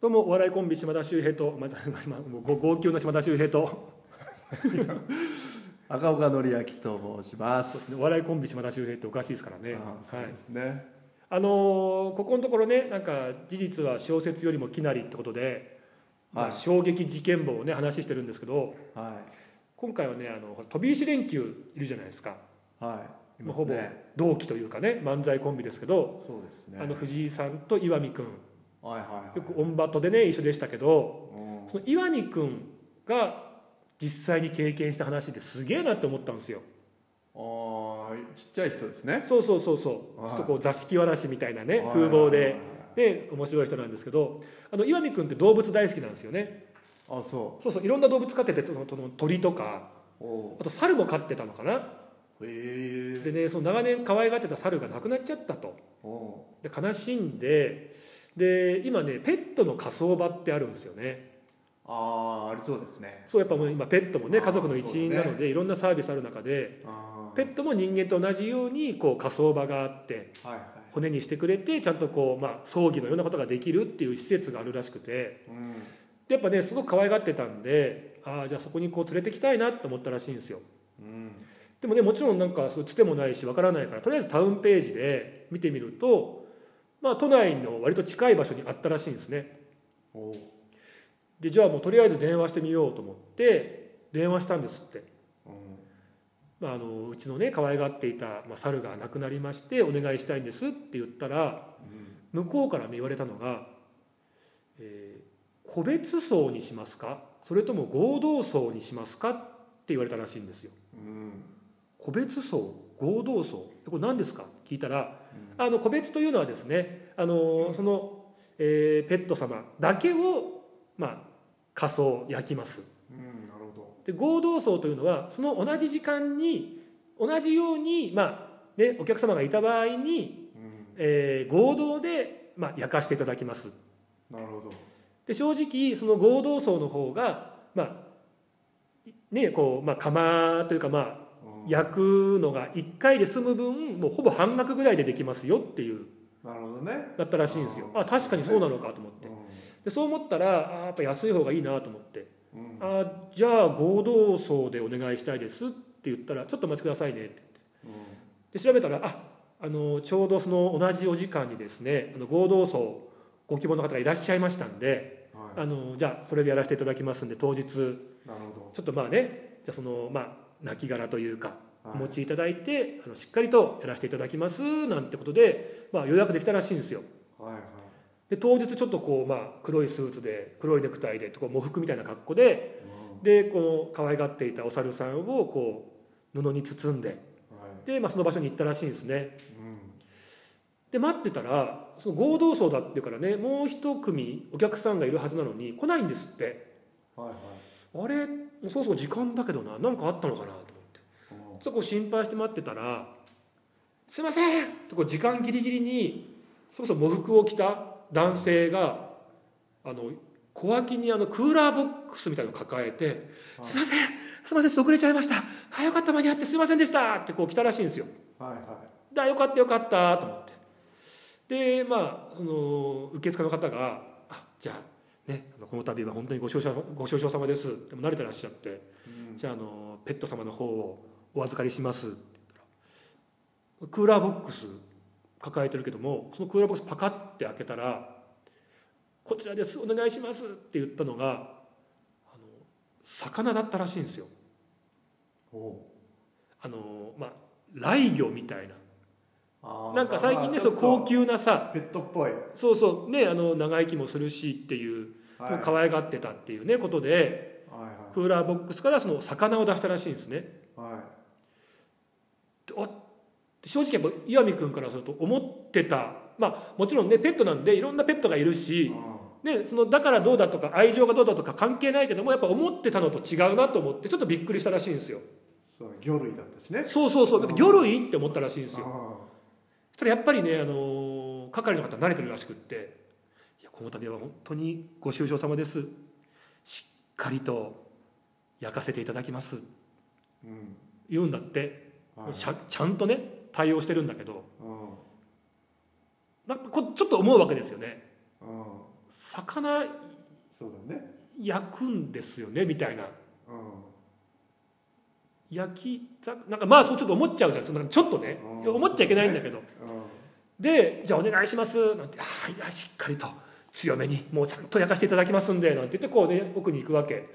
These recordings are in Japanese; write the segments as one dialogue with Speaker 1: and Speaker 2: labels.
Speaker 1: どうもお笑いコンビ島田秀平と、まあ、 まあもうご号泣の島田秀平 と
Speaker 2: 赤岡典明と申します。
Speaker 1: お笑いコンビ島田秀平っておかしいですからね
Speaker 2: ああ、そう
Speaker 1: はい
Speaker 2: ですね。
Speaker 1: あのーここのところねなんか事実は小説よりもきなりってことで、まあ
Speaker 2: はい
Speaker 1: 衝撃事件簿をね話してるんですけど
Speaker 2: は
Speaker 1: 今回はねあのほら飛び石連休いるじゃないですか、
Speaker 2: い。はい。い
Speaker 1: まあ
Speaker 2: ま
Speaker 1: ほ
Speaker 2: す
Speaker 1: ぼ
Speaker 2: ね。
Speaker 1: 同期というかね漫才コンビですけど、
Speaker 2: そうですね。
Speaker 1: あの藤井さんと岩見君
Speaker 2: はいはい
Speaker 1: よくオンバトでね一緒でしたけど
Speaker 2: は
Speaker 1: その岩見君が実際に経験した話ですげえなって思ったんですよ
Speaker 2: い。うん。ああ、ちっちゃい人ですね。
Speaker 1: そうそうそうそう
Speaker 2: はい
Speaker 1: ちょっとこう座敷わらしみたいなね
Speaker 2: はい
Speaker 1: 風貌で。で面白い人なんですけどあの岩見君って動物大好きなんですよね
Speaker 2: あ、そ
Speaker 1: そうそういろんな動物飼っててそのその鳥とか
Speaker 2: う。お
Speaker 1: あと猿も飼ってたのかな
Speaker 2: お。へえ。
Speaker 1: でねその長年可愛がってた猿が亡くなっちゃったと
Speaker 2: おお。
Speaker 1: で悲しんでで今ねペットの火葬場ってあるんですよね
Speaker 2: ああ、ありそうですね。
Speaker 1: そうやっぱもう今ペットもね
Speaker 2: あー
Speaker 1: 家族の一員なので、いろんなサービスある中で
Speaker 2: あ
Speaker 1: ペットも人間と同じようにこう火葬場があって
Speaker 2: あ。はいは
Speaker 1: 骨にしてくれてちゃんとこう、まあ、葬儀のようなことができるっていう施設があるらしくて
Speaker 2: い。うん。
Speaker 1: でやっぱねすごく可愛がってたんでああじゃあそこにこう連れてきたいなと思ったらしいんですよ
Speaker 2: うん。
Speaker 1: でもねもちろんなんかそうつてもないしわからないからとりあえずタウンページで見てみるとまあ都内の割と近い場所にあったらしいんですね
Speaker 2: おお。
Speaker 1: でじゃあもうとりあえず電話してみようと思って電話したんですって
Speaker 2: うん。
Speaker 1: まあ、あのうちのね可愛がっていた、まあ、猿が亡くなりましてお願いしたいんですって言ったら向こうからね言われたのが、えー個別葬にしますかそれとも合同葬にしますかって言われたらしいんですよ
Speaker 2: うん。
Speaker 1: 個別葬合同葬これ何ですか聞いたら、あの個別というのはですねあのその、えーペット様だけを、まあ、火葬焼きます
Speaker 2: うん。なるほ
Speaker 1: で合同葬というのはその同じ時間に同じように、まあね、お客様がいた場合に、
Speaker 2: ど。うん。
Speaker 1: えー合同で、まあ、焼かしていただきます
Speaker 2: なるほど。
Speaker 1: で正直その合同葬の方が、まあねこうまあ、釜というか、まあ、
Speaker 2: うん
Speaker 1: 焼くのが1回で済む分もうほぼ半額ぐらいでできますよっていう
Speaker 2: なるほどね。
Speaker 1: だったらしいんですよ
Speaker 2: あー
Speaker 1: あ確かにそうなのかと思って
Speaker 2: う
Speaker 1: でそう思ったらあーやっぱ安い方がいいなと思って
Speaker 2: ん。うん。
Speaker 1: あじゃあ合同葬でお願いしたいですって言ったら「ちょっとお待ちくださいね」ってで調べたら「ああのちょうどその同じお時間にですねあの合同葬ご希望の方がいらっしゃいましたんで、
Speaker 2: うん。はい。
Speaker 1: あのじゃあそれでやらせていただきますんで当日ちょ
Speaker 2: なるほ
Speaker 1: っとまあねじゃあそのまあ亡骸というか
Speaker 2: ど。
Speaker 1: お持ちいただいて、あのしっかりとやらせていただきますなんてことで、まあ、予約できたらしいんですよ
Speaker 2: はいはい。
Speaker 1: で当日ちょっとこう、まあ、黒いスーツで黒いネクタイでこう喪服みたいな格好で
Speaker 2: うん
Speaker 1: でこの可愛がっていたお猿さんをこう布に包んで
Speaker 2: はい。
Speaker 1: で、まあ、その場所に行ったらしいんですね
Speaker 2: うん。
Speaker 1: で待ってたらその合同葬だっていうからねもう一組お客さんがいるはずなのに来ないんですって
Speaker 2: はいはい。
Speaker 1: あれもうそろそろ時間だけどな何かあったのかなと思ってちょっとこう心配して待ってたら「すいません!」とこう時間ギリギリにそれこそ喪服を着た男性があの小脇にあのクーラーボックスみたいのを抱えて「
Speaker 2: はい
Speaker 1: すいませんすいませんちょっと遅れちゃいましたあよかった間に合ってすいませんでした」ってこう来たらしいんですよ。
Speaker 2: はいはい。
Speaker 1: だよかったよかったと思ってでまあその受付の方が「あじゃあねあのこの度は本当にご承知ご承知様です」でも慣れてらっしゃって
Speaker 2: うん。
Speaker 1: じゃああのペット様の方をお預かりしますって言ったらクーラーボックス抱えてるけどもそのクーラーボックスパカッて開けたら「こちらですお願いします」って言ったのがあの魚だったらしいんですよ。
Speaker 2: おう
Speaker 1: あのまあ雷魚みたいな
Speaker 2: あー
Speaker 1: なんか最
Speaker 2: まあ
Speaker 1: 近
Speaker 2: ま
Speaker 1: ね
Speaker 2: あ
Speaker 1: そう
Speaker 2: ちょっ
Speaker 1: 高級なさ
Speaker 2: とペットっぽい。
Speaker 1: そうそうねあの長生きもするしっていう、
Speaker 2: はいはい
Speaker 1: 可愛がってたっていうねことで
Speaker 2: は
Speaker 1: クーラーボックスからその魚を出したらしいんですね。
Speaker 2: いはい。
Speaker 1: 正直やっぱ岩見君からすると思ってたまあもちろんねペットなんでいろんなペットがいるし、ね、そのだからどうだとか愛情がどうだとか関係ないけどもやっぱ思ってたのと違うなと思ってちょっとびっくりしたらしいんですよ
Speaker 2: そう魚類だったしね。
Speaker 1: そうそうそうだって魚類って思ったらしいんですよ
Speaker 2: あ
Speaker 1: そしたらやっぱりね、あのー係の方慣れてるらしくって「いやこの度は本当にご愁傷様ですしっかりと焼かせていただきます
Speaker 2: ーうん。」
Speaker 1: 言うんだって、
Speaker 2: はい
Speaker 1: ちゃちゃんとね対応してるんだけど
Speaker 2: う
Speaker 1: な
Speaker 2: ん。
Speaker 1: んかこうちょっと思うわけですよね
Speaker 2: うん。
Speaker 1: 魚
Speaker 2: そうだね
Speaker 1: 焼くんですよねみたいな
Speaker 2: うん
Speaker 1: 焼きざなんかまあそうちょっと思っちゃうじゃんそのちょっとね
Speaker 2: うん
Speaker 1: 思っちゃいけないんだけど、
Speaker 2: うん
Speaker 1: でじゃあお願いしますなんて「はいはいしっかりと強めにもうちゃんと焼かせていただきますんで」なんて言ってこうね奥に行くわけ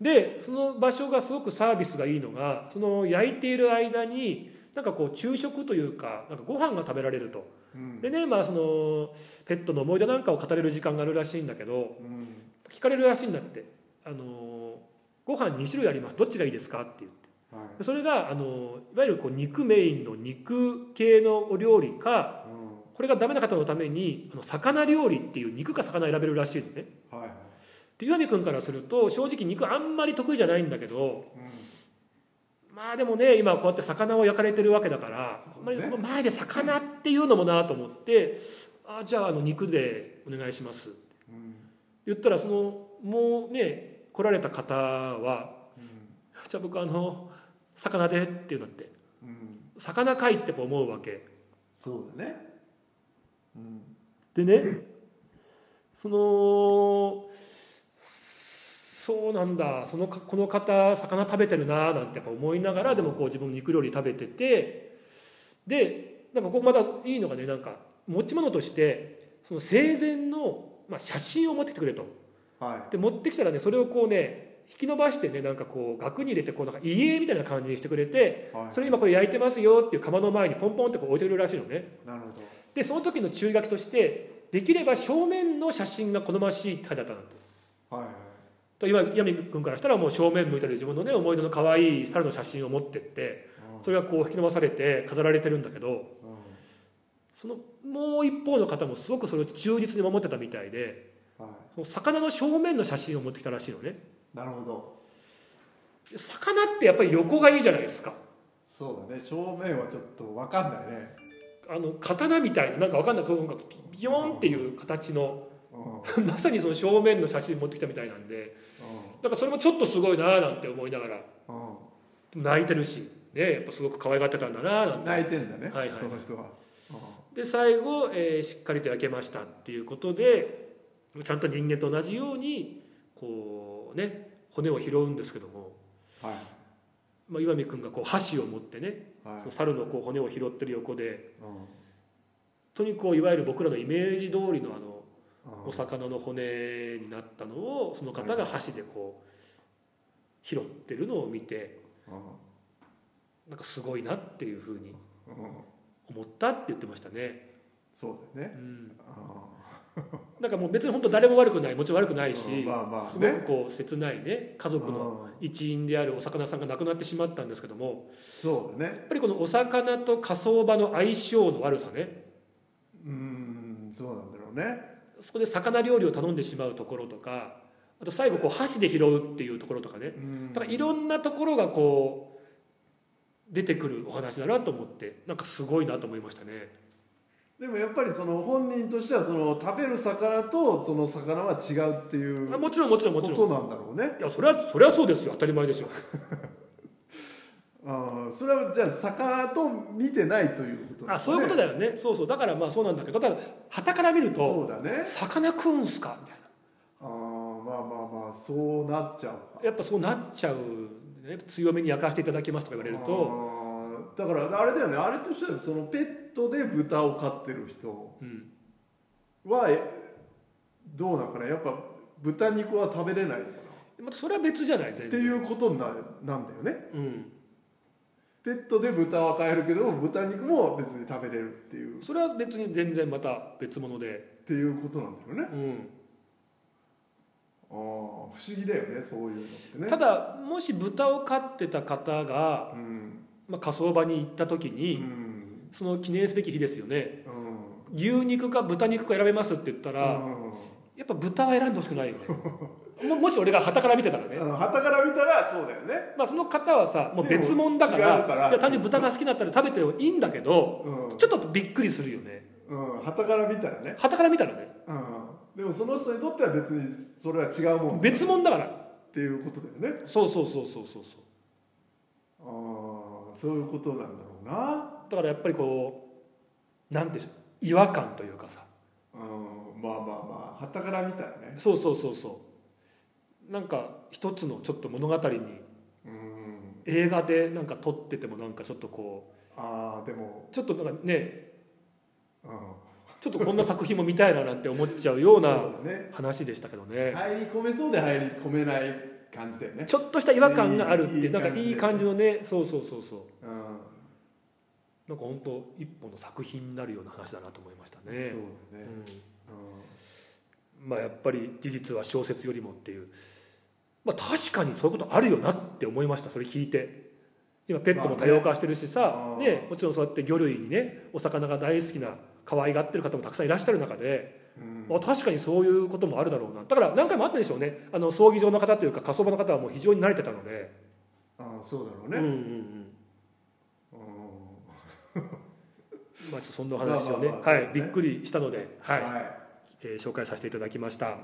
Speaker 1: でその場所がすごくサービスがいいのがその焼いている間になんかこう昼食というかなんかご飯が食べられると
Speaker 2: うん
Speaker 1: でねまあそのペットの思い出なんかを語れる時間があるらしいんだけど
Speaker 2: うん
Speaker 1: 聞かれるらしいんだって「あのご飯2種類ありますどっちがいいですか?」って言って。
Speaker 2: はい
Speaker 1: それがあのいわゆるこう肉メインの肉系のお料理か
Speaker 2: うん
Speaker 1: これがダメな方のためにあの魚料理っていう肉か魚選べるらしいのね
Speaker 2: はいはい
Speaker 1: で岩見君からすると正直肉あんまり得意じゃないんだけど
Speaker 2: うん
Speaker 1: まあでもね今こうやって魚を焼かれてるわけだからあん
Speaker 2: そ
Speaker 1: ま
Speaker 2: う
Speaker 1: り
Speaker 2: ね
Speaker 1: この前で魚っていうのもなと思ってあじゃああの肉でお願いします
Speaker 2: うん
Speaker 1: 言ったらそのもうね来られた方は
Speaker 2: うん
Speaker 1: 「じゃあ僕あの魚で」っていうのって
Speaker 2: うん
Speaker 1: 魚かいって思うわけ
Speaker 2: そうだねうん
Speaker 1: でね、そのそうなんだそのかこの方魚食べてるななんてやっぱ思いながらでもこう自分も肉料理食べててでなんかここまたいいのがねなんか持ち物としてその生前の、まあ、写真を持ってきてくれと
Speaker 2: はい
Speaker 1: で持ってきたらねそれをこうね引き伸ばしてねなんかこう額に入れてこうなんか家みたいな感じにしてくれて
Speaker 2: はい
Speaker 1: それ今これ焼いてますよっていう釜の前にポンポンってこう置いてくれるらしいのね。
Speaker 2: なるほど
Speaker 1: でその時の注意書きとしてできれば正面の写真が好ましいって書いてあったなと。
Speaker 2: はいはい
Speaker 1: と今闇君からしたらもう正面向いてる自分のね思い出の可愛い猿の写真を持ってってそれがこう引き伸ばされて飾られてるんだけど
Speaker 2: うんうん
Speaker 1: そのもう一方の方もすごくそれを忠実に守ってたみたいで
Speaker 2: は
Speaker 1: その魚の正面の写真を持ってきたらしいのね
Speaker 2: いなるほど
Speaker 1: で魚ってやっぱり横がいいじゃないですか
Speaker 2: そうだね正面はちょっとわかんないね
Speaker 1: あの刀みたいななんかわかんないそのなんかビヨーンっていう形の
Speaker 2: うんうん
Speaker 1: まさにその正面の写真持ってきたみたいなんでだからそれもちょっとすごいなーなんて思いながら
Speaker 2: うん
Speaker 1: 泣いてるし、ね、やっぱすごく可愛がってたんだなーなんて
Speaker 2: 泣いてんだね、
Speaker 1: はいはい
Speaker 2: その人は、
Speaker 1: で最後、えーしっかりと焼けましたっていうことでちゃんと人間と同じようにこうね骨を拾うんですけども、
Speaker 2: はい
Speaker 1: まあ、岩見君がこう箸を持ってね、
Speaker 2: はい
Speaker 1: その猿のこう骨を拾ってる横で
Speaker 2: う
Speaker 1: 本当にこういわゆる僕らのイメージ通りのあの
Speaker 2: ん
Speaker 1: お魚の骨になったのをその方が箸でこう拾ってるのを見てなんかすごいなっていうふうに
Speaker 2: うんうん
Speaker 1: 思ったって言ってましたね。
Speaker 2: そうだ
Speaker 1: う
Speaker 2: ね、
Speaker 1: ん、
Speaker 2: う
Speaker 1: なんかもう別に本当誰も悪くないもちろん悪くないし、
Speaker 2: うんまあまあね
Speaker 1: すごくこう切ないね家族の
Speaker 2: うん
Speaker 1: 一員であるお魚さんが亡くなってしまったんですけども
Speaker 2: そうだね
Speaker 1: やっぱりこのお魚と火葬場の相性の悪さね
Speaker 2: うんそうなんだろうね
Speaker 1: そこで魚料理を頼んでしまうところとかあと最後こう箸で拾うっていうところとかね
Speaker 2: うん
Speaker 1: だからいろんなところがこう出てくるお話だなと思ってなんかすごいなと思いましたね。
Speaker 2: でもやっぱりその本人としてはその食べる魚とその魚は違うっていう
Speaker 1: あ
Speaker 2: こ
Speaker 1: もちろんもちろんもちろん
Speaker 2: となんだろうね
Speaker 1: いやそれはそれはそうですよ当たり前ですよ
Speaker 2: あーそれはじゃあ魚と見てないということだね
Speaker 1: あそういうことだよねそうそうだからまあそうなんだけどただ旗から見ると
Speaker 2: そうだ
Speaker 1: 「
Speaker 2: ね
Speaker 1: 魚食うんすか?」みたい
Speaker 2: あーまあまあまあそうなっちゃう
Speaker 1: なやっぱそうなっちゃう、ね、強めに焼かせていただきますとか言われると、
Speaker 2: あーだからあれだよねあれとしてはそのペットで豚を飼ってる人
Speaker 1: うん、
Speaker 2: はえどうなんかなやっぱ豚肉は食べれないのか
Speaker 1: またそれは別じゃない
Speaker 2: なっ
Speaker 1: 全
Speaker 2: て
Speaker 1: 然
Speaker 2: いうことにななんだよね
Speaker 1: うん、
Speaker 2: ペットで豚は飼えるけど豚肉も別に食べれるっていうっ
Speaker 1: それは別に全然また別物で、
Speaker 2: ていうことなんだよね
Speaker 1: うん
Speaker 2: ああー不思議だよねそういうのってね
Speaker 1: ただもし豚を飼ってた方が、
Speaker 2: うん
Speaker 1: まあ、火葬場に行った時
Speaker 2: う
Speaker 1: に、
Speaker 2: ん
Speaker 1: その記念すべき日ですよね
Speaker 2: うん
Speaker 1: 牛肉か豚肉か選べますって言ったら、
Speaker 2: う
Speaker 1: やっぱ豚は選んでほしくないよね ももし俺が旗から見てたらね
Speaker 2: ん、はたから見たらそうだよね、
Speaker 1: まあ、その方はさもう別物だから
Speaker 2: でも違うから
Speaker 1: いや単純に豚が好きだったら食べてもいいんだけどちょっとびっくりするよね
Speaker 2: うんうん、はたから見たらね、
Speaker 1: 傍から見たらね
Speaker 2: うん、でもその人にとっては別にそれは違うもん
Speaker 1: 別物だから
Speaker 2: っていうことだよね
Speaker 1: そうそうそうそうそうそう
Speaker 2: ああそういうことなんだろうな
Speaker 1: だからやっぱりこうなんていうんでしょう違和感というかさ
Speaker 2: うんまあまあまあはたから見たらね
Speaker 1: そうそうそうそうなんか一つのちょっと物語に
Speaker 2: うん
Speaker 1: 映画でなんか撮っててもなんかちょっとこ
Speaker 2: ああでも
Speaker 1: うちょっとなんかね
Speaker 2: うん
Speaker 1: ちょっとこんな作品も見たいななんて思っちゃうような
Speaker 2: そうだね
Speaker 1: 話でしたけどね
Speaker 2: 入り込めそうで入り込めない感じだよね
Speaker 1: ちょっとした違和感があるって
Speaker 2: いいいい
Speaker 1: なんかいい感じのねそうそうそうそう
Speaker 2: うん
Speaker 1: なんか本当一本の作品になるような話だなと思いました
Speaker 2: そうだ
Speaker 1: ね。
Speaker 2: ねう
Speaker 1: うん、まあやっぱり事実は小説よりもっていう、まあ、確かにそういうことあるよなって思いましたそれ聞いて今ペットも多様化してるしさ
Speaker 2: ま、あ
Speaker 1: ね
Speaker 2: ね
Speaker 1: もちろんそうやって魚類にねお魚が大好きな可愛がってる方もたくさんいらっしゃる中で、
Speaker 2: ん
Speaker 1: あ確かにそういうこともあるだろうなだから何回もあったんでしょうねあの葬儀場の方というか火葬場の方はもう非常に慣れてたので、
Speaker 2: ああそうだろう
Speaker 1: うんうんう
Speaker 2: ね
Speaker 1: ん
Speaker 2: うん
Speaker 1: まあちょっとそんなお話をね
Speaker 2: まあまあまあ
Speaker 1: はいびっくりしたので、はい
Speaker 2: はい
Speaker 1: えー紹介させていただきました。
Speaker 2: はい